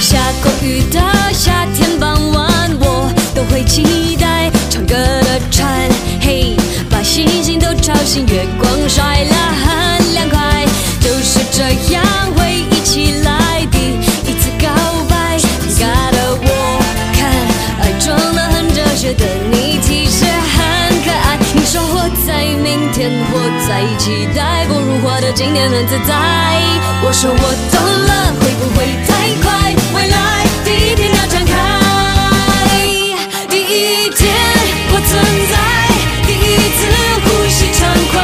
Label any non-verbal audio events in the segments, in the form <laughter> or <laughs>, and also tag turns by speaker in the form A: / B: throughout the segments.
A: 下过雨的夏天傍晚，我都会期待唱歌的蝉，嘿，把星星都吵醒，月光晒了很凉快，就是这样回忆起来第一次告白，尴尬的我看，爱装得很哲学的你其实很可爱，你说活在明天，活在期待，不如活得今天很自在，我说我懂了，会不会太快？未来第一天要展开，第一天我存在，第一次呼吸畅快，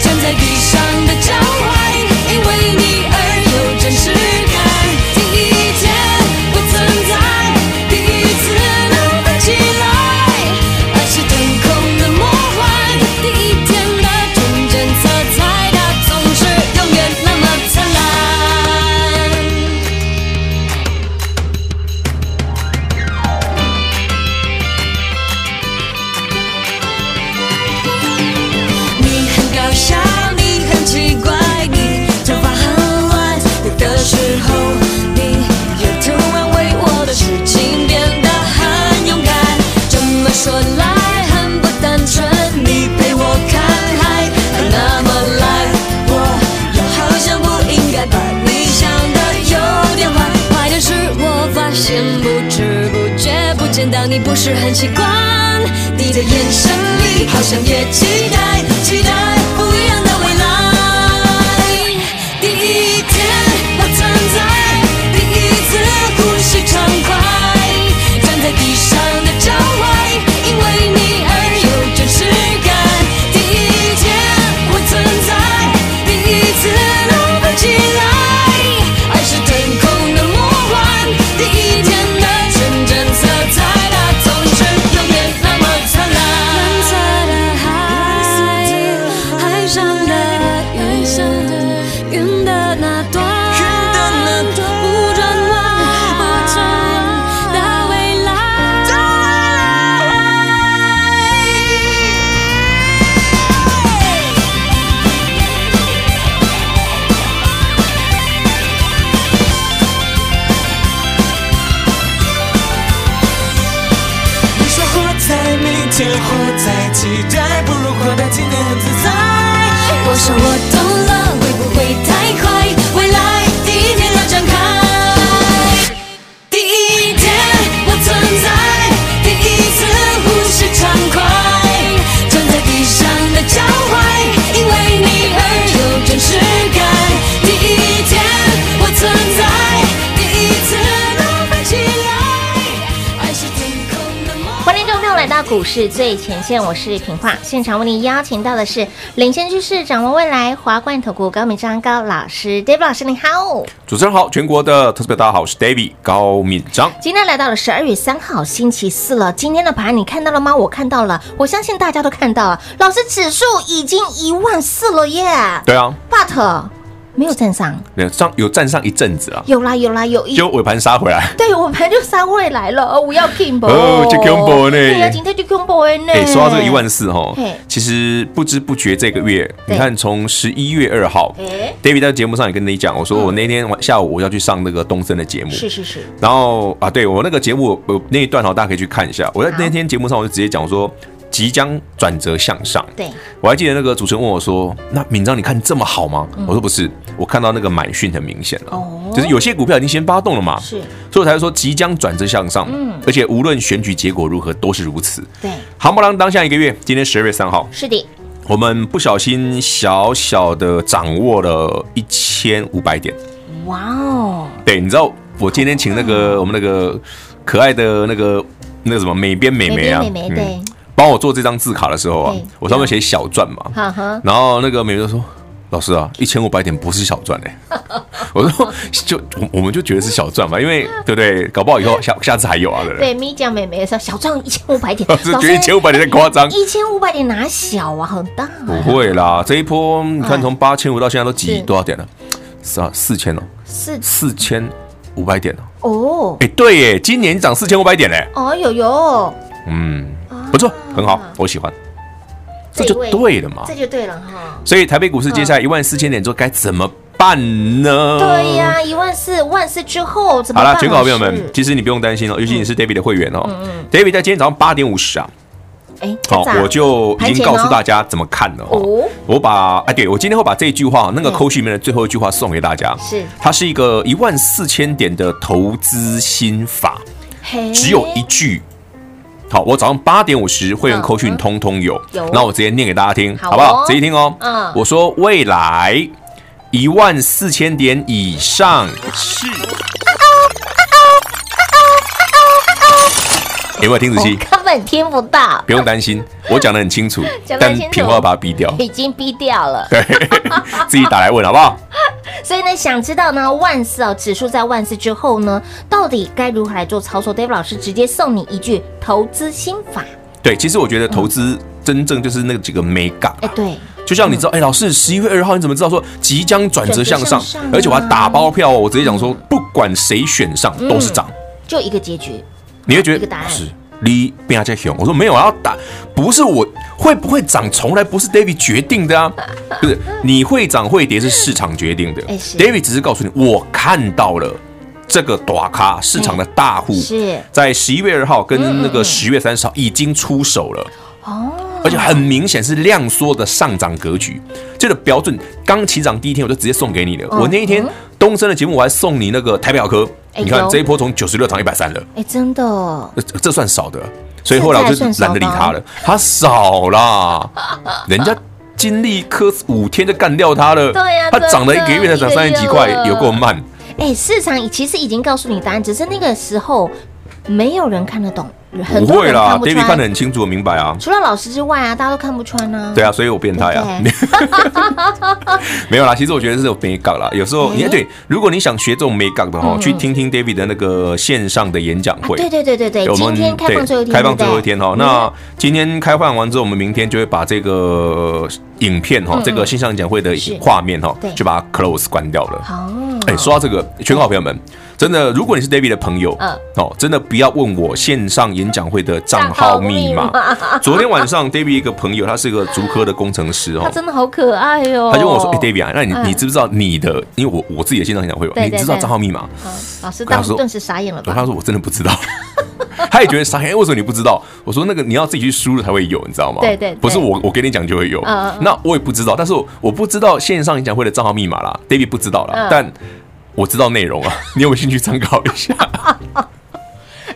A: 站在地上的脚踝，因为你而有真实感。第一天我存在，第一次能飞起来，爱是腾空的魔幻，第一天的纯真色彩，它总是永远那么灿烂。你很搞笑，你很奇怪，你头发很乱，有的时候你也突然为我的事情变得很勇敢。这么说来很不单纯，你陪我看海，还那么懒，我又好像不应该把你想的有点坏。坏的是我发现不知不觉不见到你不是很习惯，你的眼神里好像也期待，期待不一样的未来。第一天我存在，第一次呼吸畅快，站在地上的脚踝，因为你而有真实感。第一天我存在，第一次能飞起来，爱是腾空的魔幻，第一天的纯真色彩，它总是永远那么灿烂。蓝色的海，海上的云，云的那端，不转弯，不转弯到未来。
B: 你说活在明天，活在期待，不如活在今天很自在。
A: 我说我懂了，会不会太快？未来第一天要展开，第一天我存在，第一次呼吸畅快，站在地上的脚踝，因为你而有真实感。第一天我存在，第一次能飞起来，爱是天空的梦。
C: 欢迎众朋友来到股市最前线，我是平化。现场为您邀请到的是领先趋势、掌握未来华冠投顾高明章高老师，David 老师，你好。
D: 主持人好，全国的投资者大家好，我是 David 高敏章。
C: 今天来到了十二月三号星期四了，今天的盘你看到了吗？我看到了，我相信大家都看到了。老师，指数已经一万四了耶
D: 对啊，
C: ，But 没有站上，
D: 有上有站上一阵子啊，
C: 有啦有啦有一。
D: 就尾盘杀回来。
C: 对，我盘就杀回来了，哦，我要 combo，
D: 哦这 combo 呢
C: 对呀、今天就 combo 呢。
D: 哎、说到这个一万四哈
C: 嘿，
D: 其实不知不觉这个月，
C: 对
D: 你看从十一月二号
C: 哎
D: ，David 在节目上也跟你讲，我说我那天晚下午我要去上那个东森的节目，
C: 是是是，
D: 然后啊，对我那个节目我那一段哈，大家可以去看一下。我在那天节目上我就直接讲说，即将转折向上。
C: 对，
D: 我还记得那个主持人问我说：“那敏章，你看这么好吗？”我说：“不是，我看到那个买讯很明显了，
C: 嗯哦
D: 就是有些股票已经先发动了嘛，
C: 是，
D: 所以我才说即将转折向上。
C: 嗯
D: 而且无论选举结果如何，都是如此。
C: 对，
D: 航波浪当下一个月，今天十二月三号，
C: 是的，
D: 我们不小心小小的掌握了一千五百点。
C: 哇哦，嗯
D: 对，你知道我今天请那个我们那个可爱的那个那个什么美编美眉啊，
C: 美编美眉对
D: 帮我做这张字卡的时候啊
C: 对，
D: 我上面写小赚嘛，
C: 好哈，
D: 然后那个美眉就说。老师啊，一千五百点不是小赚哎、 <laughs> 我说就我我们就觉得是小赚嘛，因为
C: 嗯
D: 对不对？搞不好以后下下次还有啊，对不对？
C: 对咪酱妹妹说小赚一千五百点，
D: <laughs> 是觉得一千五百点太夸张，
C: 一千五百点哪小啊，很大啊、
D: 不会啦，这一波你看
C: 嗯
D: 从八千五到现在都几
C: 是
D: 多少点了？是啊，四千哦，
C: 是
D: 四千五百点哦。
C: 哦，
D: 哎，对耶，今年涨四千五百点嘞，
C: 哦呦呦，
D: 嗯，不错，很好，我喜欢，这就
C: 位
D: 对了嘛
C: 啊这。就对了哈。
D: 所以台北股市接下来一万四千点之后该怎么办呢？
C: 对呀、一万四万四之后怎么
D: 呃好
C: 办？啊嗯
D: 了，全国好朋友们
C: 老师，
D: 其实你不用担心哦，尤其你是 David 的会员哦。David
C: 嗯
D: 在今天早上八点五十啊，
C: 哎，
D: 好
C: 这咋，
D: 我就已
C: 盘
D: 经
C: 前
D: 告诉
C: 哦
D: 大家怎么看了哦
C: 哦。
D: 我把哎，对我今天会把这句话那个
C: 嗯
D: 扣讯里面的最后一句话送给大家，
C: 是
D: 它是一个一万四千点的投资心法，
C: 嘿
D: 只有一句。好，我早上八点五十会员扣讯通通有，
C: 嗯有
D: 那我直接念给大家听，
C: 好哦
D: 好不好？直接听哦。
C: 嗯
D: 我说未来一万四千点以上是，有没有听仔细？
C: 根本听不到，
D: 不用担心，我讲的很清楚
C: <laughs> 讲，得很
D: 但
C: 清楚
D: 平花把它逼掉，
C: 已经逼掉了。
D: 对，自己打来问好不好？
C: 所以呢，想知道呢，万四哦，指数在万四之后呢，到底该如何来做操作？David 老师直接送你一句投资心法。
D: 对，其实我觉得投资真正就是那几个美感、
C: 哎，对，
D: 就像你知道，哎、老师，十一月二号你怎么知道说即将转折向
C: 转
D: 上？
C: 折向上啊
D: 而且我还打包票哦，我直接讲说，不管谁选上都是涨。
C: 就一个结局。
D: 你会
C: 嗯
D: 觉
C: 一个
D: 得
C: 答案
D: 老师，你变在熊？我说没有，我要打，不是我会不会涨，从来不是 David 决定
C: <laughs>
D: 的啊，不是你会涨会跌是市场决定的。
C: 哎是
D: David 只是告诉你，我看到了。这个大咖市场的大户、
C: 是
D: 在十一月二号跟那个十月三十号已经出手了，
C: 嗯哦，
D: 而且很明显是量缩的上涨格局。这个标准刚起涨第一天我就直接送给你了。
C: 嗯
D: 我那一天
C: 嗯
D: 东升的节目我还送你那个台表科，
C: 哎
D: 你看
C: 有
D: 这一波从九十六涨一百三了，
C: 哎，真的哦，
D: 呃这这算少的。所以后来我就懒得理他了，他
C: 啊
D: 少啦，人家经历科五天就干掉他了，
C: 对呀
D: 他涨了一个月才
C: 真的
D: 涨三十几块
C: 一个，月了
D: 有够慢。
C: 哎，市场其实已经告诉你答案，只是那个时候没有人看得懂，很
D: 不
C: 多
D: 会
C: 人
D: 啦
C: 看不
D: ，David 看得
C: 穿。
D: 很清楚，我明白啊。
C: 除了老师之外啊，大家都看不穿啊。
D: 对啊，所以我变态啊。 <laughs> 没有啦，其实我觉得是有美感啦。有时候，你
C: 哎
D: 对，如果你想学这种美感的哈，
C: 嗯
D: 去听听 David 的那个线上的演讲
C: 啊，
D: 会。
C: 对对对对对，
D: 我
C: 今
D: 们
C: 天开放最后一
D: 对
C: 天，
D: 开
C: 对
D: 放
C: 嗯
D: 最
C: 不对
D: 后一天哈。那今天开放完之后，我们明天就会把这个影片哈，这个线上演讲会的
C: 嗯是
D: 画面哈
C: 对，
D: 就把它 close 关掉了。
C: 好，
D: 哎，说到这个，全国好朋友们，真的，如果你是 David 的朋友
C: 嗯，
D: 哦，真的不要问我线上演讲会的账号密码
C: 账 <laughs> 号。
D: 昨天晚上 David 一个朋友，他是个足科的工程师哦
C: 他，真的好可爱哦。
D: 他就问我说：“哎，David 啊，那你
C: 嗯
D: 你知不知道你的？因为我我自己的线上演讲会嘛，
C: 对
D: 你
C: 对
D: 知道
C: 对
D: 账号密码
C: 啊老师
D: 跟他
C: 当时
D: 说
C: 顿时傻眼了？”
D: 然
C: 吧
D: 后他？说：“我真的不知道。” <laughs> 他也觉得傻眼，哎为什么你不知道？我说那个你要自己去输入才会有，你知道吗？
C: 对对对
D: 不是我我跟你讲就会有
C: 嗯嗯嗯。
D: 那我也不知道，但是我我不知道线上演讲会的账号密码啦，David 不知道
C: 嗯
D: 啦，但我知道内容啊，你有没有兴趣参考一下？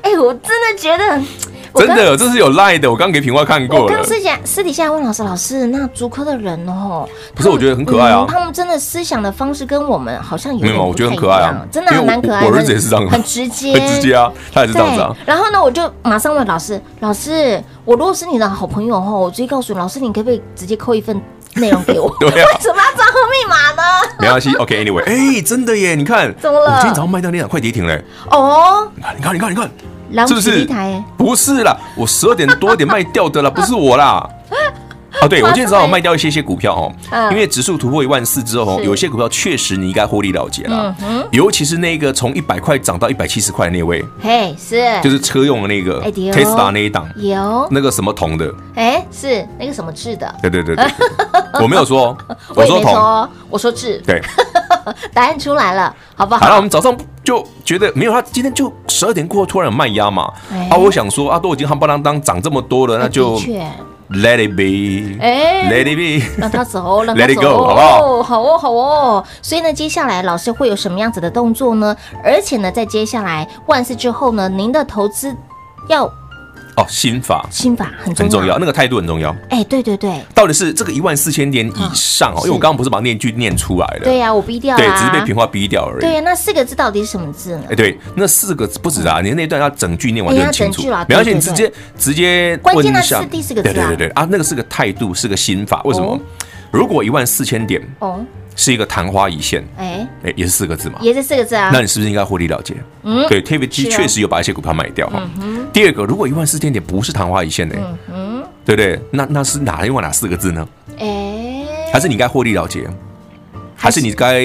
C: 哎、我真的觉得， <laughs> 我
D: 真
C: 刚。
D: 的，这是有赖的，我刚给平花看
C: 我
D: 过了
C: 刚。私下私底下问老师，老师，那竹科的人哦，
D: 不
C: 他
D: 是
C: 们
D: 我觉得很可爱
C: 嗯
D: 啊
C: 他们真的思想的方式跟我们好像有点
D: 没有我觉得很
C: 不太
D: 可爱
C: 一
D: 啊
C: 样真的啊
D: 因为我
C: 蛮可爱的。
D: 我儿子也是这样的啊
C: 很直接，
D: <laughs> 很直接啊，他也是这样子
C: 对，
D: 啊。
C: 然后呢，我就马上问老师，老师，我如果是你的好朋友哦，我直接告诉你老师，你可不可以直接扣一份内容给我？
D: <laughs> 对啊
C: <laughs> 为什么要账号密码呢？
D: 没关系，OK，Anyway，哎，真的耶，你看，
C: 怎么了
D: 我今天早上麦当娜快跌停嘞，
C: 哦，
D: 你看，你看，你看，你看。
C: 然
D: 是
C: 后
D: 不是
C: 一台？
D: 不是啦，我十二点多一点卖掉的啦，不是我啦。啊，对，我今天早上有卖掉一些些股票哦，
C: 嗯
D: 因为指数突破一万四之后哦，
C: 是
D: 有些股票确实你应该获利了结啦
C: 嗯，哼，
D: 尤其是那个从一百块涨到一百七十块那位，
C: 嘿，是
D: 就是车用的那个
C: 哎对哦
D: Tesla 那一档，
C: 有，
D: 那个什么铜的，
C: 哎，是那个什么智的，
D: 对对对对，对我没有说哦，我
C: 也
D: 说
C: 没
D: 铜，
C: 说，我说智，
D: 对，
C: 答案出来了，好不好？
D: 好了，我们早上就觉得没有，他今天就十二点过后突然有卖压嘛
C: 哎，
D: 啊，我想说啊，都已经夯不啷当涨这么多了，那
C: 哎
D: 就
C: 的确
D: Let it be，
C: 哎
D: l e t it be。
C: 让他走，让他
D: Let it
C: 走
D: go，好不好
C: 哦？好哦，好哦。所以呢，接下来老师会有什么样子的动作呢？而且呢，在接下来万事之后呢，您的投资要
D: 哦，心法
C: 心法很重
D: 很
C: 要，
D: 重要，那个态度很重要。
C: 哎，对对对，
D: 到底是这个一万四千点以上哦，因为我刚刚不是把那句念出来了，
C: 对呀，我逼掉
D: 对，
C: 啦，
D: 只是被平话逼掉而已。
C: 对呀，那四个字到底是什么字呢
D: 哎、？对，那四个字不止啊，你那段要整句念完就
C: 哎
D: 很
C: 要
D: 清
C: 整
D: 楚。
C: 句啦
D: 没关系，
C: 对
D: 你
C: 对
D: 直接直接
C: 关键
D: 问
C: 那
D: 一下
C: 是第四个字
D: 对对
C: 啊
D: 对对啊，那个是个态度，是个心法。为什么？
C: 哦
D: 如果一万四千点
C: 哦，
D: 是一个昙花一现，
C: 哎，
D: 哎、也是四个字嘛。
C: 也是四个字啊。
D: 那你是不是应该获利了结？嗯，对 t v g
C: 是啊嗯
D: 确实有把一些股票卖掉哈。第二个，如果一万四千点不是昙花一现呢、对不对？那那是哪另外哪四个字呢？
C: 哎，
D: 还是你该获利了结？还是你该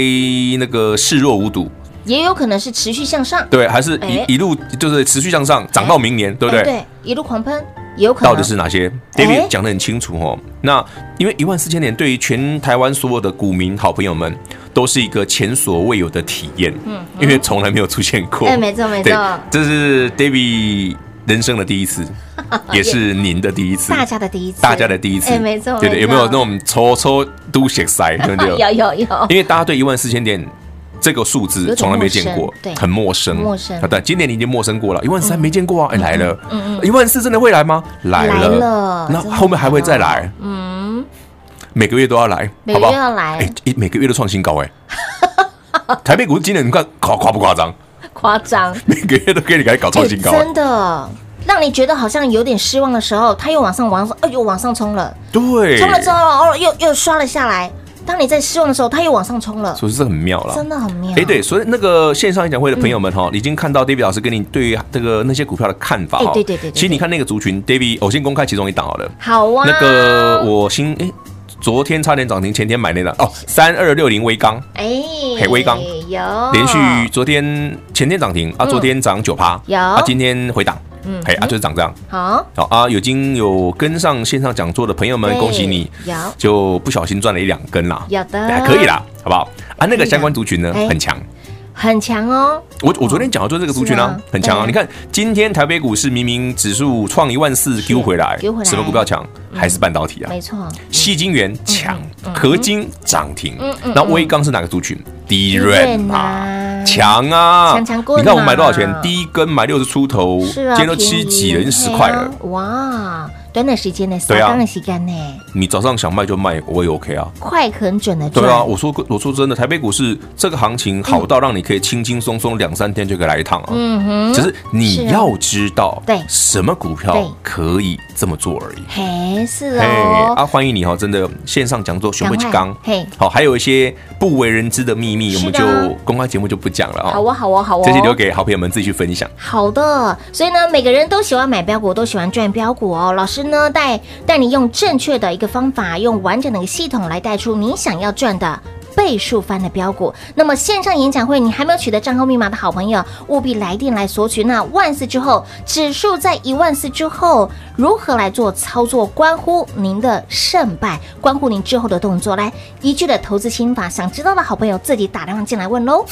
D: 那个视若无睹？
C: 也有可能是持续向上，
D: 对，还是
C: 哎
D: 一一路就是持续向上，涨到明年，对不
C: 哎
D: 对？
C: 对，一路狂喷，也有可能
D: 到底是哪些
C: 哎
D: ？David 讲得很清楚哦。那因为一万四千点对于全台湾所有的股民好朋友们，都是一个前所未有的体验，嗯，因为从来没有出现过。
C: 哎没错没错
D: 对这是 David 人生的第
C: <laughs>
D: 一次，也是您的第一次，
C: 大家的第一次，
D: 大家的第一次，
C: 哎，没错，
D: 对对，
C: 没错
D: 有没有那种抽抽都
C: <laughs>
D: 血塞，对不对？
C: 哎有有有，
D: 因为大家对一万四千点这个数字
C: 有点
D: 从来没见过
C: 陌生对，
D: 很陌生，
C: 陌生嗯
D: 啊但今年你已经陌生过了，一万三没见过啊，哎来了，一万四真的会来吗？来
C: 来了
D: 了，那
C: 真的
D: 后面还会再来，嗯，每个月都要来，
C: 每
D: 好
C: 个
D: 不好
C: 月？要来
D: 哎，，一每个月都创
C: <laughs>
D: 新高哎。台北股市今年你看夸夸不夸张？
C: 夸张，
D: 每个月都给你给搞创
C: 哎
D: 新高哎，
C: 真的。让你觉得好像有点失望的时候，它又往上，往上，哎呦，往上冲了，
D: 对，
C: 冲了之后，哦，又又刷了下来。当你在失望的时候，它又往上冲了，
D: 所以这很妙啦。
C: 真的嗯很妙。
D: 哎，对，所以那个线上演讲会的朋友们哈，已经看到 David 老师跟你对于这个那些股票的看法
C: 哎
D: 哈。
C: 对对对对
D: 其实你看那个族群，David，我先公开其中一档好了。
C: 好啊，
D: 那个我新哎，昨天差点涨停，前天买那档哦，三二六零微刚，
C: 哎，
D: 嘿微刚
C: 有
D: 连续昨天前天涨停啊，昨天涨九趴，
C: 嗯有
D: 啊，今天回档，
C: 嗯
D: 嗯，嘿啊，就是涨这样。
C: 好，
D: 好啊，有经有跟上线上讲座的朋友们，
C: 对
D: 恭喜你
C: 有，
D: 就不小心赚了一两根啦，
C: 有的
D: 哎可以啦，好不好？啊，那
C: 可以
D: 个
C: 啦
D: 相关族群呢
C: 哎
D: 很强，
C: 很强哦，
D: 我我昨天讲的就是这个族
C: 嗯
D: 群
C: 是
D: 啊
C: 吗，
D: 很强啊！
C: 对
D: 你看今天台北股市明明指数创一万四丢回来
C: 丢回，来嗯
D: 什么股票强？还是半导体啊？
C: 没嗯错，
D: 西金元强，合金涨停。
C: 嗯
D: 那威刚是哪个族群？低润嘛，
C: 低润
D: 强啊！
C: 强强棍啊
D: 你看我买多少钱？第一根买六十出头，
C: 是
D: 今
C: 啊，
D: 天都
C: 便宜
D: 七几了，已经十块了。
C: 嘿啊哇，短短时间内，
D: 对啊
C: 短短时间内，
D: 你早上想卖就卖，我也 OK 啊。
C: 快很准的赚，
D: 对啊，我说我说真的，台北股市这个行情好到让你可以轻轻松松两三天就可以来一趟啊。
C: 嗯哼，
D: 只是
C: 是
D: 你
C: 啊
D: 要知道，
C: 对
D: 什么
C: 对
D: 股票可以这么做而已。
C: 嘿，是
D: 嘿，
C: 哦，
D: 啊，欢迎你哈、哦！真的线上讲座熊
C: 赶
D: 会
C: 快
D: 刚，
C: 嘿
D: 好，还有一些不为人知的秘密，我
C: 是
D: 们
C: 的啊
D: 就公开节目就不讲了
C: 好
D: 啊、
C: 哦，好哦，好哦，
D: 这些留给好朋友们自己去分享。
C: 好的，所以呢，每个人都喜欢买标股，都喜欢赚标股哦。老师呢，带带你用正确的一个方法，用完整的一个系统来带出你想要赚的。倍数翻的标股，那么线上演讲会你还没有取得账号密码的好朋友，务必来电来索取。那万四之后，指数在一万四之后，如何来做操作，关乎您的胜败，关乎您之后的动作。来，依据的投资心法，想知道的好朋友自己打电话进来问喽。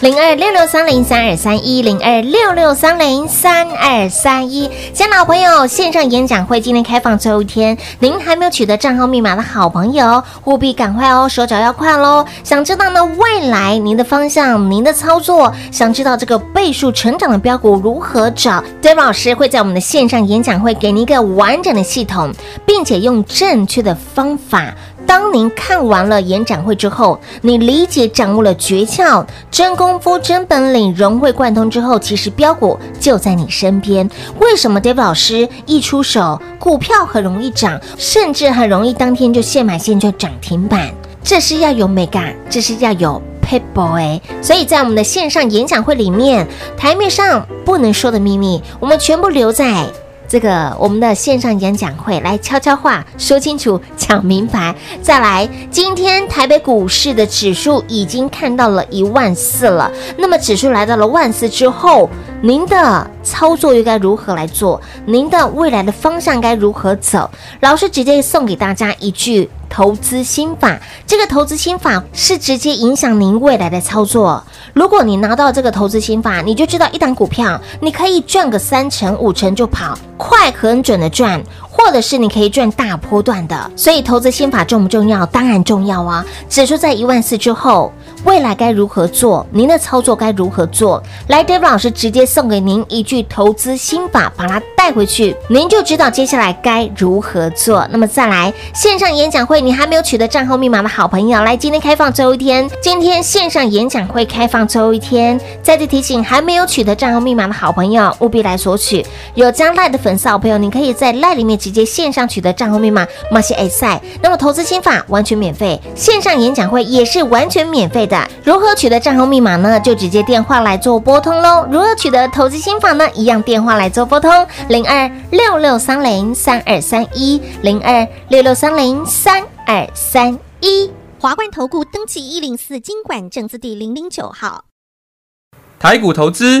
C: 零二六六三零三二三一零二六六三零三二三一，亲爱的好朋友，线上演讲会今天开放最后一天，您还没有取得账号密码的好朋友，务必赶快哦，手脚要快喽！想知道呢未来您的方向、您的操作，想知道这个倍数成长的标股如何找 d a v 老师会在我们的线上演讲会给您一个完整的系统，并且用正确的方法。当您看完了演讲会之后，你理解掌握了诀窍，真功夫、真本领融会贯通之后，其实标股就在你身边。为什么 David 老师一出手，股票很容易涨，甚至很容易当天就现买现赚涨停板？这是要有美感，这是要有 p a p e 哎。所以在我们的线上演讲会里面，台面上不能说的秘密，我们全部留在这个我们的线上演讲会来悄悄话说清楚、讲明白。再来，今天台北股市的指数已经看到了一万四了，那么指数来到了万四之后，您的操作又该如何来做？您的未来的方向该如何走？老师直接送给大家一句投资心法，这个投资心法是直接影响您未来的操作。如果你拿到这个投资心法，你就知道一档股票你可以赚个三成五成就跑，快很准的赚。或者是你可以赚大波段的，所以投资心法重不重要？当然重要啊！指数在一万四之后，未来该如何做，您的操作该如何做。来，David 老师直接送给您一句投资心法，把它带回去，您就知道接下来该如何做。那么再来线上演讲会，你还没有取得账号密码的好朋友，来，今天开放最后一天，今天线上演讲会开放最后一天，再次提醒还没有取得账号密码的好朋友，务必来索取。有加赖的粉丝好朋友，你可以在赖里面直接线上取得账号密码，马西 A 赛。那么投资心法完全免费，线上演讲会也是完全免费的。如何取得账号密码呢？就直接电话来做拨通喽。如何取得投资心法呢？一样电话来做拨通，零二六六三零三二三一，零二六六三零三二三一。
E: 华冠投顾登记一零四经管证字第零零九号。
F: 台股投资，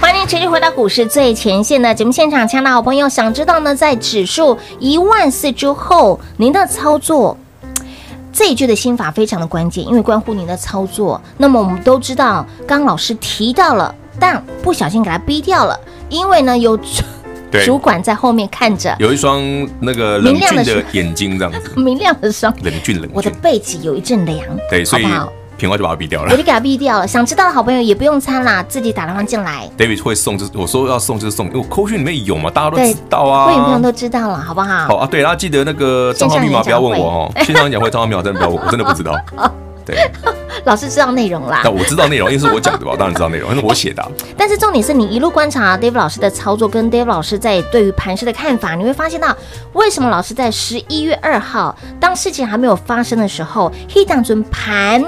C: 欢迎持续回到股市最前线的节目现场，亲爱的好朋友，想知道呢，在指数一万四之后，您的操作这一句的心法非常的关键，因为关乎您的操作。那么我们都知道，刚刚老师提到了，但不小心给他逼掉了，因为呢有 <laughs> 主
D: 对
C: 主管在后面看着，
D: 有一双那个冷
C: 明亮
D: 峻
C: 的
D: 的
C: 手
D: 眼睛这样子，
C: 明亮的双，
D: 冷峻冷
C: 我的
D: 峻。
C: 背脊有一阵凉，
D: 对，所以
C: 好不好？
D: 平花就把我逼掉
C: 我
D: 了。
C: 就给他逼掉了。想知道的好朋友也不用参啦，自己打电话进来。
D: David 会送，就是我说要送就是送，因为我扣讯里面有嘛，大家都
C: 对
D: 知道
C: 会员朋友
D: 啊。
C: 都知道了，好不好？
D: 好啊，对，大家记得那个账号密码不要问我哦，
C: <laughs>
D: 线上讲会账号密码真的不要问我，我真的不知道。对，
C: 老师知道内容啦。
D: 但我知道内容，因为是我讲的吧，我当然知道内容，因为是我写的啊。
C: 但是重点是你一路观察 Dave 老师的操作，跟 Dave 老师在对于盘势的看法，你会发现到为什么老师在十一月二号，当事情还没有发生的时候，一档准盘。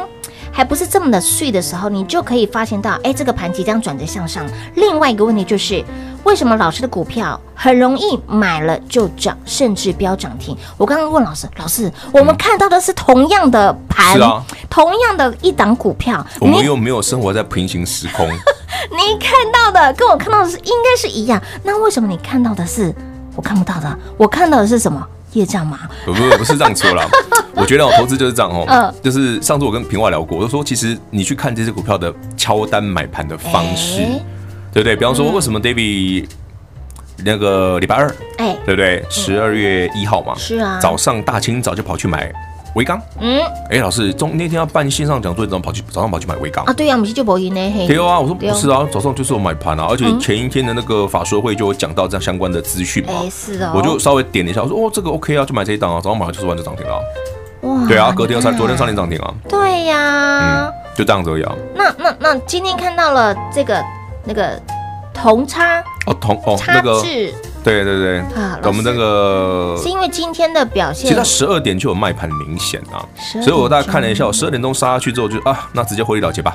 C: 还不是这么的碎的时候，你就可以发现到，哎，这个盘即将转折向上。另外一个问题就是，为什么老师的股票很容易买了就涨，甚至飙涨停？我刚刚问老师，老师，我们看到的是同样的盘，
D: 嗯是啊
C: 同样的一档股票，
D: 我们
C: 你
D: 又没有生活在平行时空，
C: 你看到的跟我看到的是应该是一样，那为什么你看到的是我看不到的？我看到的是什么？业障吗？
D: 不不不是这样说
C: <laughs>
D: 啦。我觉得哦，投资就是这样哦
C: 嗯，
D: 就是上次我跟平花聊过，我就说其实你去看这只股票的敲单买盘的方式，
C: 哎
D: 对不对？比方
C: 嗯
D: 说为什么 David 那个礼拜二，
C: 哎，
D: 对不对？十二月一号嘛，
C: 是啊
D: 早上大清早就跑去买维刚，
C: 嗯
D: 哎，老师中那天要办线上讲座，你怎么跑去早上跑去买维刚
C: 啊，？对啊，我们是就博赢呢，嘿，
D: 对啊，我说
C: 对嗯
D: 不
C: 哦
D: 是啊，早上就是有买盘啊，而且前一天的那个法说会就有讲到这样相关的资讯嘛，
C: 哎是哦，
D: 我就稍微点了一下，我说哦，这个 OK 啊，就买这一档啊，早上马上就是完就涨停了啊。
C: 哇
D: 对啊，隔天要上，
C: 你看
D: 昨天上天涨停啊，
C: 对呀、
D: 嗯，就这样子而已啊。
C: 那那那今天看到了这个那个同差
D: 哦，同哦
C: 差
D: 那个，
C: 距，
D: 对对对
C: 啊老，师
D: 我们那个
C: 是因为今天的表
D: 其实
C: 现
D: 它，十二点就有卖盘明显啊，
C: 12
D: 所以我大概看了一下，
C: 点
D: 我十二点钟杀下去之后就啊，那直接获利了结吧。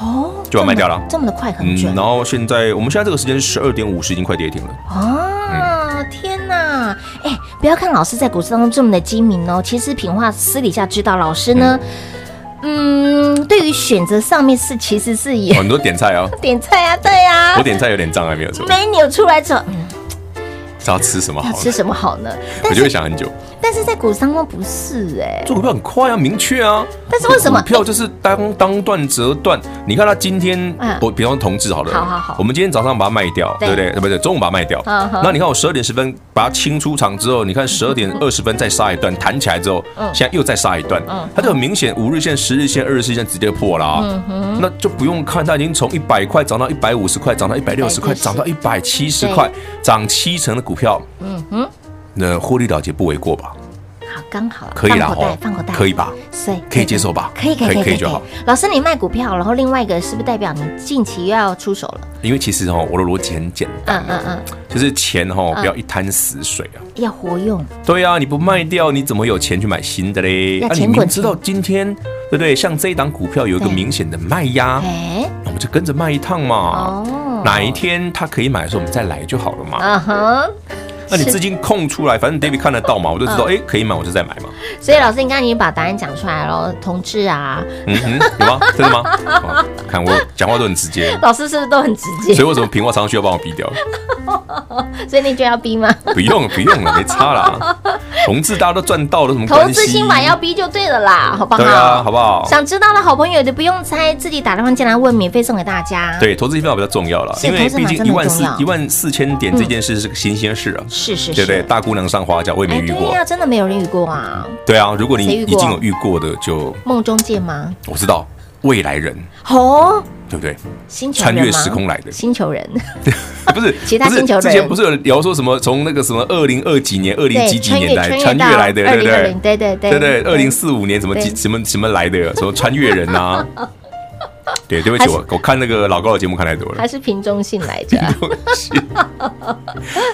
C: 哦，
D: 就把它卖掉了
C: 这么的这么的快，很
D: 嗯，
C: 准
D: 然后现在我们现在这个时间是十二点五十，已经快跌停了。嗯
C: 哦，天哪！哎，不要看老师在股市当中这么的精明哦，其实品化私底下知道老师呢，嗯，对于选择上面是其实是也
D: 哦，你都点菜啊，
C: 点菜啊，对呀、
D: 我
C: 啊，
D: 点菜有点障碍，没有
C: <laughs>
D: 错，
C: 没扭出来之后，嗯，
D: 知道吃什么好
C: 要吃
D: 呢？
C: 什么好呢？
D: 我
C: 但
D: 就会
C: 是
D: 想很久。
C: 但是在股市当中不是哎、
D: 做股票很快啊，明确啊。
C: 但是为什么
D: 股票就是当当断折断？你看它今天
C: 嗯，
D: 我比方说同志好了，
C: 好好好
D: 我们今天早上把它卖掉，
C: 对
D: 对不对？呃不对，中午把它卖掉。
C: 嗯哼
D: 那你看我十二点十分把它清出场之后，你看十二点二十分再杀一段，弹起来之后，
C: 嗯
D: 现在又再杀一段，它就很明显，五日线、十日线、二十线直接破了啊。
C: 嗯
D: 那就不用看，它已经从一百块涨到一百五十块，涨到一百六十块，
C: 170
D: 涨到一百七十块，涨七成的股票，嗯哼，那获利了结不为过吧？
C: 好，刚好
D: 可以啦，
C: 放口袋
D: 哦，
C: 放口袋，
D: 可以吧？
C: 所以
D: 可以接受吧
C: 嗯可以可以
D: 可以
C: 可
D: 可
C: 以
D: 以就好。
C: 老师，你卖股票，然后另外一个是不是代表你近期又要出手了？
D: 因为其实哈，我的逻辑很简单，
C: 嗯嗯嗯，
D: 就是钱哈不要一滩死水啊。
C: 要活用，
D: 对啊，你不卖掉，你怎么有钱去买新的嘞？
C: 要
D: 啊，你
C: 钱滚
D: 明
C: 钱
D: 知道今天对不对？像这一档股票有一个
C: 对
D: 明显的卖压，
C: 哎，
D: 那我们就跟着卖一趟嘛。
C: 哦
D: 哪一天它可以买的时候，我们再来就好了嘛。
C: 嗯哼，
D: 那你
C: 是嗯
D: 资金空出来，反正 David 看得到嘛，我就知道，哎，可以买，我就再买嘛。
C: 所以老师，你刚刚已经把答案讲出来了，同志啊，
D: 嗯哼，有吗？ <laughs> 真
C: <laughs>
D: 的吗？哇看我讲话都很直接，
C: 老师是不是都很直接
D: 所以？为什么平话常常需要帮我逼掉？
C: 所以你就要逼
D: <laughs>
C: 吗？
D: 不用不用了，没差啦。同志大家都赚到了，有什么
C: 投
D: 关系？
C: 资新买要逼就对了啦，好不好？
D: 对啊，好不好？
C: 想知道的好朋友就不用猜，自己打电话进来问，免费送给大家。，
D: 对，投资一票比较重要了，
C: 是
D: 因为
C: 投资
D: 毕
C: 嘛
D: 竟
C: 真
D: 一
C: 的
D: 万
C: 很重
D: 四
C: 要嗯
D: 一万四千点这件事是个新鲜事啊，
C: 是是是，
D: 对不对？大姑娘上花轿我也
C: 哎，
D: 没遇
C: 对
D: 过
C: 呀、，真的没有人遇过啊，
D: 对啊，如果你
C: 谁遇
D: 已
C: 过
D: 经有遇过的，就
C: 梦中见吗？
D: 我知道未来人，
C: 哦，
D: 对不对？
C: 星球
D: 嗯穿
C: 人吗
D: 越时
C: <laughs>
D: 空来的
C: 星球
D: <laughs>
C: 人，
D: 不是，
C: 其他
D: 不是
C: 星球人
D: 之前不是有聊说什么从那个什么二零二几年、二零几几
C: 穿
D: 年
C: 越
D: 来
C: 穿
D: 穿
C: 越
D: 越来的，
C: 到
D: 对
C: 二
D: 不
C: 零二
D: 对
C: 零，？对对对
D: 对对，二零四五年什么几
C: 对
D: 什么什么来的，什么穿越人
C: <laughs>
D: 呐、啊？对，对不
C: 还
D: 起，
C: 是
D: 我我看那个老高的节目看太多了
C: 还。是瓶中信来
D: <laughs>
C: 着，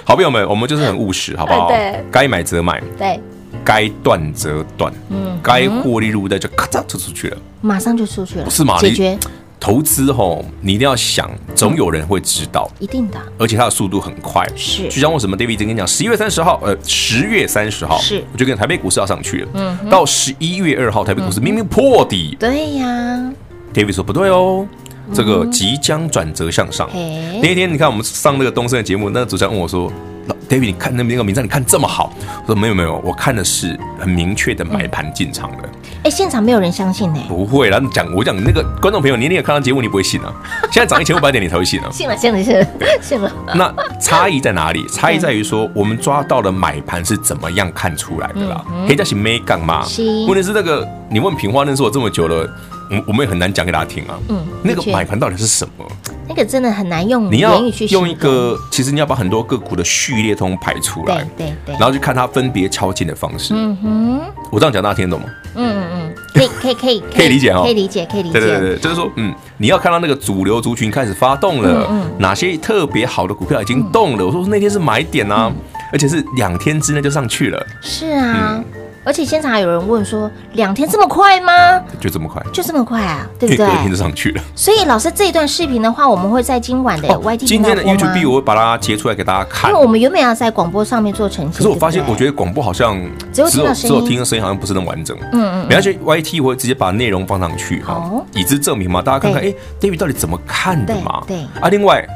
D: 好朋友们，我们就是很务实，好不好？
C: 哎对
D: 该买则买，
C: 对，
D: 该断则断，
C: 嗯
D: 该获利入袋就咔嚓就出去了。
C: 马上就出去了，
D: 不是嘛
C: 解
D: 你
C: 决
D: 投资吼，你一定要想，总有人会知道，
C: 一定的，
D: 而且它的速度很快。
C: 嗯是
D: 就像为什么 David 今天讲，十一月三十号，呃，十月三十号，
C: 是
D: 我就跟台北股市要上去了。嗯，到十一月二号，台北股
C: 嗯
D: 市明明破底，
C: 对呀、
D: David 说不对哦，这个即将转折向上。
C: 嗯嘿
D: 那一天你看我们上那个东森的节目，那个主持人问我说老：“David，你看那那个名单，你看这么好？”我说：“没有没有，我看的是很明确的买盘进场的，
C: 哎，现场没有人相信呢、
D: 不会啦。”讲我讲那个观众朋友，你你也看到节目，你不会
C: <laughs>。
D: 信啊。现在涨一千五百点，你才会信啊
C: 信了，信了， <laughs> 信了，信了。
D: 那差异在哪里？差异在于说，我们抓到的买盘是怎么样看出来的啦？黑加是没干嘛
C: 嗯是？
D: 问题是那个你问平花认识我这么久了，我我们也很难讲给大家听啊。
C: 嗯
D: 那个
C: 的确
D: 买盘到底是什么？
C: 那个真的很难用
D: 你要
C: 言嗯语去
D: 用一
C: 形容
D: 个，其实你要把很多个股的序列通排出来
C: 对，对对，
D: 然后去看它分别敲进的方式。
C: 嗯哼，
D: 我这样讲大家听得懂吗？
C: 嗯嗯嗯，可以可以可以
D: <laughs> 可以理解哦
C: 可以理解可以理解，
D: 对对对，就是说，嗯，你要看到那个主流族群开始发动
C: 嗯
D: 了，哪些特别好的股票已经动了。我说那天是买点
C: 嗯
D: 啊，而且是两天之内就上去了，
C: 是
D: 嗯
C: 啊。而且现场还有人问说，两天这么快吗？
D: 就这么快，
C: 就这么快啊，对
D: 因
C: 不
D: 为隔
C: 对？
D: 天就上去了。
C: 所以老师这一段视频的话，我们会在今晚的
D: 哦
C: YT
D: 今
C: 频道
D: 天的
C: 播吗
D: YouTube 我会把它截出来给大家看
C: 因为。我们原本要在广播上面做呈现，
D: 可是我发现
C: 对，不
D: 我
C: 对
D: 觉得广播好像
C: 只有听到声音
D: 只有听的声音好像不是那么完整。嗯嗯，没关系，YT 我会直接把内容放上去哈
C: 好，
D: 以资证明嘛，大家看看，
C: 对
D: 哎，David 到底怎么看的嘛？
C: 对对
D: 啊，另外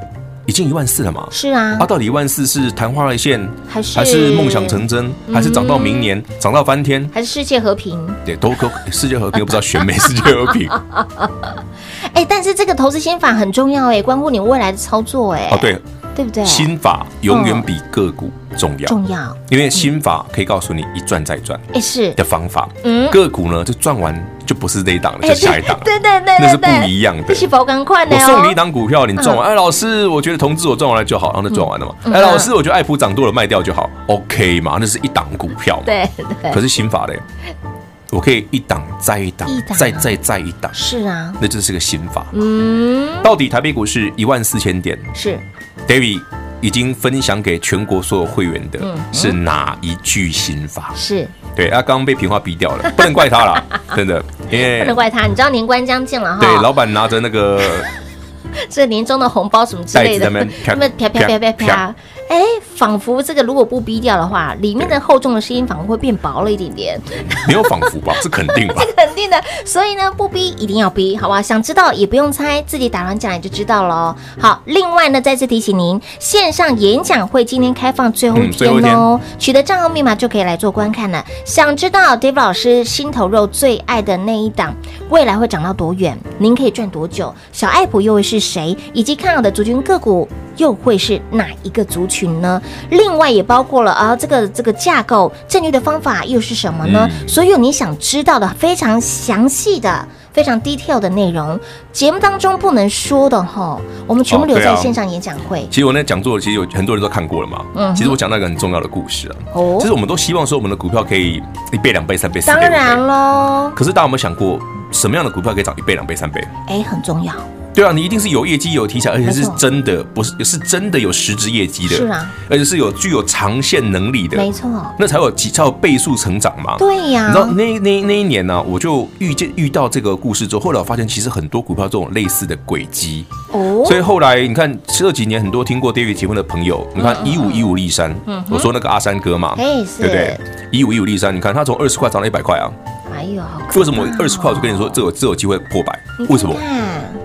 D: 已经一万四了嘛，
C: 是啊
D: 啊，，到底一万四是昙花一现，
C: 还是嗯
D: 还是梦想成真，还是涨到明年，涨到翻天？
C: 还是世界和平。
D: 对，都可世界和平，又不知道选美世界和
C: <laughs>
D: 平哦，
C: 哎，但是这个投资心法很重要哎，关乎你未来的操作哎。，
D: 哦对，
C: 对不对？
D: 心法永远比个股重要，
C: 重要
D: 因为心法可以告诉你一赚再赚
C: 哎，是
D: 的方法，
C: 嗯
D: 个股呢就赚完就不是这一档了，就
C: 哎，
D: 下一档了。
C: 对对对
D: 那
C: 对
D: 是
C: 对，
D: 不一样的
C: 必须保管快的
D: 我
C: 哦。嗯
D: 送你一档股票，你赚完，哎，老师，我觉得同志我赚完了就好，然后就赚完了嘛。哎，老师，我觉得爱普涨多了卖掉就好，OK 嘛？那是一档股票，。
C: 对对，
D: 可是刑法嘞，我可以一档再一档
C: 一档啊，
D: 再再再一档，
C: 是啊，
D: 那就是个刑法。
C: 嗯，
D: 到底台北股市一万四千点
C: 是
D: ，David 已经分享给全国所有会员的
C: 嗯
D: 是哪一句刑法？
C: 是，
D: 对，他刚刚被平花逼掉了，不能怪他
C: <laughs>
D: 啦，真的，因
C: 不能
D: 为
C: 怪他。你知道年关将近了哈，
D: 哎对老板拿着那个
C: 这年终的红包什么之类的，
D: 袋子
C: <laughs> 那
D: 在
C: 么
D: 那
C: 啪啪
D: 边啪
C: 啪啪
D: 啪
C: 啪，哎，仿佛这个如果不逼掉的话，里面的厚重的声音仿佛会变薄了一点点， <laughs>
D: 没有仿佛吧，是肯定吧？
C: 肯定的。所以呢，不逼一定要逼，好不好？想知道也不用猜，自己打完进来就知道喽。好，另外呢，再次提醒您，线上演讲会今天开放最后一
D: 嗯最后一
C: 天哦，取得账号密码就可以来做观看了。想知道 Dave 老师心头肉最爱的那一档，未来会涨到多远？您可以赚多久？小爱普又会是谁？以及看好的族群个股又会是哪一个族群呢？另外也包括了啊，这个这个架构正确的方法又是什么呢？
D: 嗯
C: 所有你想知道的非常详细的。非常 detail 的内容，节目当中不能说的吼，我们全部
D: 哦
C: 留
D: 对
C: 在
D: 啊
C: 线上演讲会
D: 其实我那讲座，其实有很多人都看过了嘛。
C: 嗯
D: 其实我讲到一个很重要的故事啊，
C: 哦
D: 就是我们都希望说我们的股票可以一倍、两倍、三倍、四倍、
C: 当
D: 五倍
C: 然喽，
D: 可是大家有没有想过，什么样的股票可以涨一倍、两倍、三倍？
C: 哎，很重要，
D: 对啊，你一定是有业绩、有题材，而且是
C: 没错
D: 真的，不是是真的有实质业绩的，
C: 是啊，
D: 而且是有具有长线能力的，
C: 没错，
D: 那才有几才有倍数成长嘛。
C: 对呀、
D: 啊你知道那那那一年呢、我就遇见遇到这个故事之后，后来我发现其实很多股票这种类似的轨迹，
C: 哦
D: 所以后来你看这几年很多听过 David 节目的朋友，你看一五一五立山，我说那个阿三哥嘛，
C: 嘿是
D: 对不对？一五一五立山，你看他从二十块涨到一百块啊，
C: 哎呦，好可怕哦
D: 为什么二十块我就跟你说这有这有机会破百？为什么
C: 你？看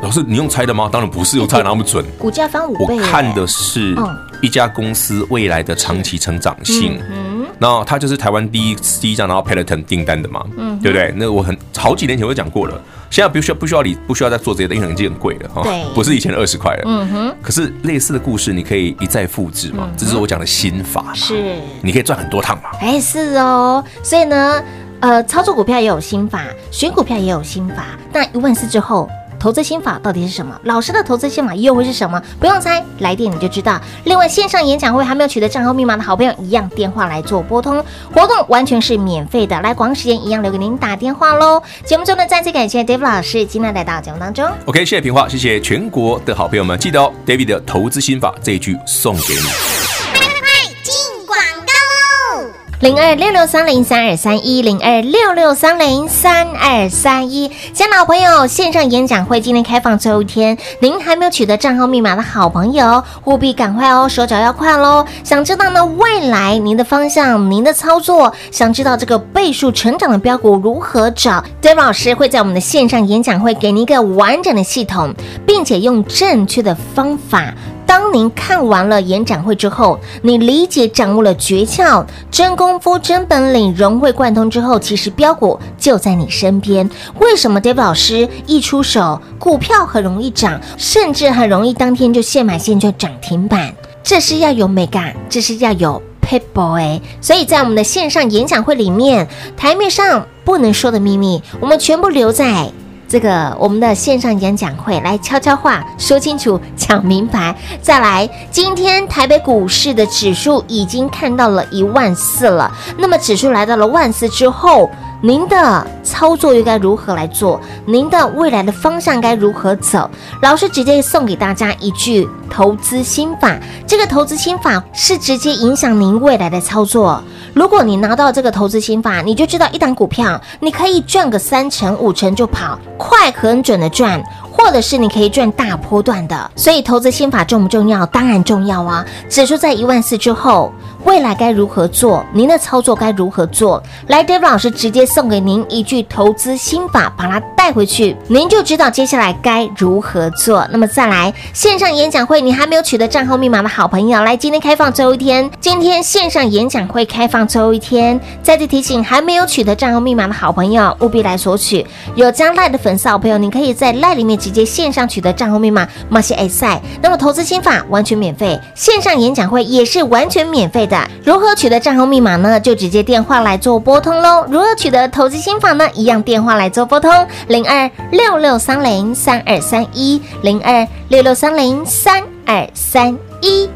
D: 老师你用猜的吗？当然不是，用猜哪那么准？
C: 嗯股价翻五
D: 我
C: 倍耶，
D: 看的是
C: 嗯
D: 一家公司未来的长期成长性。
C: 嗯
D: 那它就是台湾第一第一张拿到 Peloton 订单的嘛，
C: 嗯
D: 对不对？那我很好几年前我就讲过了，现在不需要不需要你不需要再做这些的，因为已经很贵了哈
C: 对
D: 不是以前的二十块了。
C: 嗯哼，嗯
D: 可是类似的故事你可以一再复制嘛，这是我讲的心法嘛，
C: 是，
D: 你可以赚很多趟嘛。
C: 哎是哦，所以呢，呃，操作股票也有心法，选股票也有心法。那一万四之后。投资心法到底是什么？老师的投资心法又会是什么？不用猜，来电你就知道。另外，线上演讲会还没有取得账号密码的好朋友，一样电话来做拨通，活动完全是免费的。来，广告时间一样留给您打电话喽。节目中呢，再次感谢 Dave 老师今天来到节目当中。
D: OK，谢谢平话，谢谢全国的好朋友们，记得哦，David 的投资心法这一句送给你。
G: 进广告喽！
C: 零二六六三零三二三一零二六六三零三二三一，亲爱的老朋友，线上演讲会今天开放最后一天，您还没有取得账号密码的好朋友，务必赶快哦，手脚要快喽！想知道呢未来您的方向、您的操作，想知道这个倍数成长的标股如何找，David 老师会在我们的线上演讲会给您一个完整的系统，并且用正确的方法。当您看完了演讲会之后，你理解掌握了诀窍，真功夫、真本领融会贯通之后，其实标股就在你身边。为什么 David 老师一出手，股票很容易涨，甚至很容易当天就现买现就涨停板？这是要有美感，这是要有 p a p e 哎。所以在我们的线上演讲会里面，台面上不能说的秘密，我们全部留在。这个我们的线上演讲会来悄悄话说清楚、讲明白。再来，今天台北股市的指数已经看到了一万四了，那么指数来到了万四之后，您的操作又该如何来做？您的未来的方向该如何走？老师直接送给大家一句投资心法，这个投资心法是直接影响您未来的操作。如果你拿到这个投资心法，你就知道一档股票你可以赚个三成五成就跑，快很准的赚。或者是你可以赚大波段的，所以投资心法重不重要？当然重要啊！指数在一万四之后，未来该如何做？您的操作该如何做？来，Dave 老师直接送给您一句投资心法，把它带回去，您就知道接下来该如何做。那么再来，线上演讲会，你还没有取得账号密码的好朋友，来，今天开放最后一天，今天线上演讲会开放最后一天，再次提醒还没有取得账号密码的好朋友，务必来索取。有加赖的粉丝好朋友，你可以在赖里面直接线上取得账号密码，马西 A 赛。那么投资心法完全免费，线上演讲会也是完全免费的。如何取得账号密码呢？就直接电话来做拨通喽。如何取得投资心法呢？一样电话来做拨通，零二六六三零三二三一零二六六三零三二三一。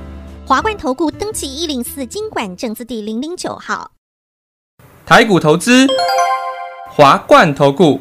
E: 华冠投顾登记一零四经管证字第零零九号。
F: 台股投资，华冠投顾。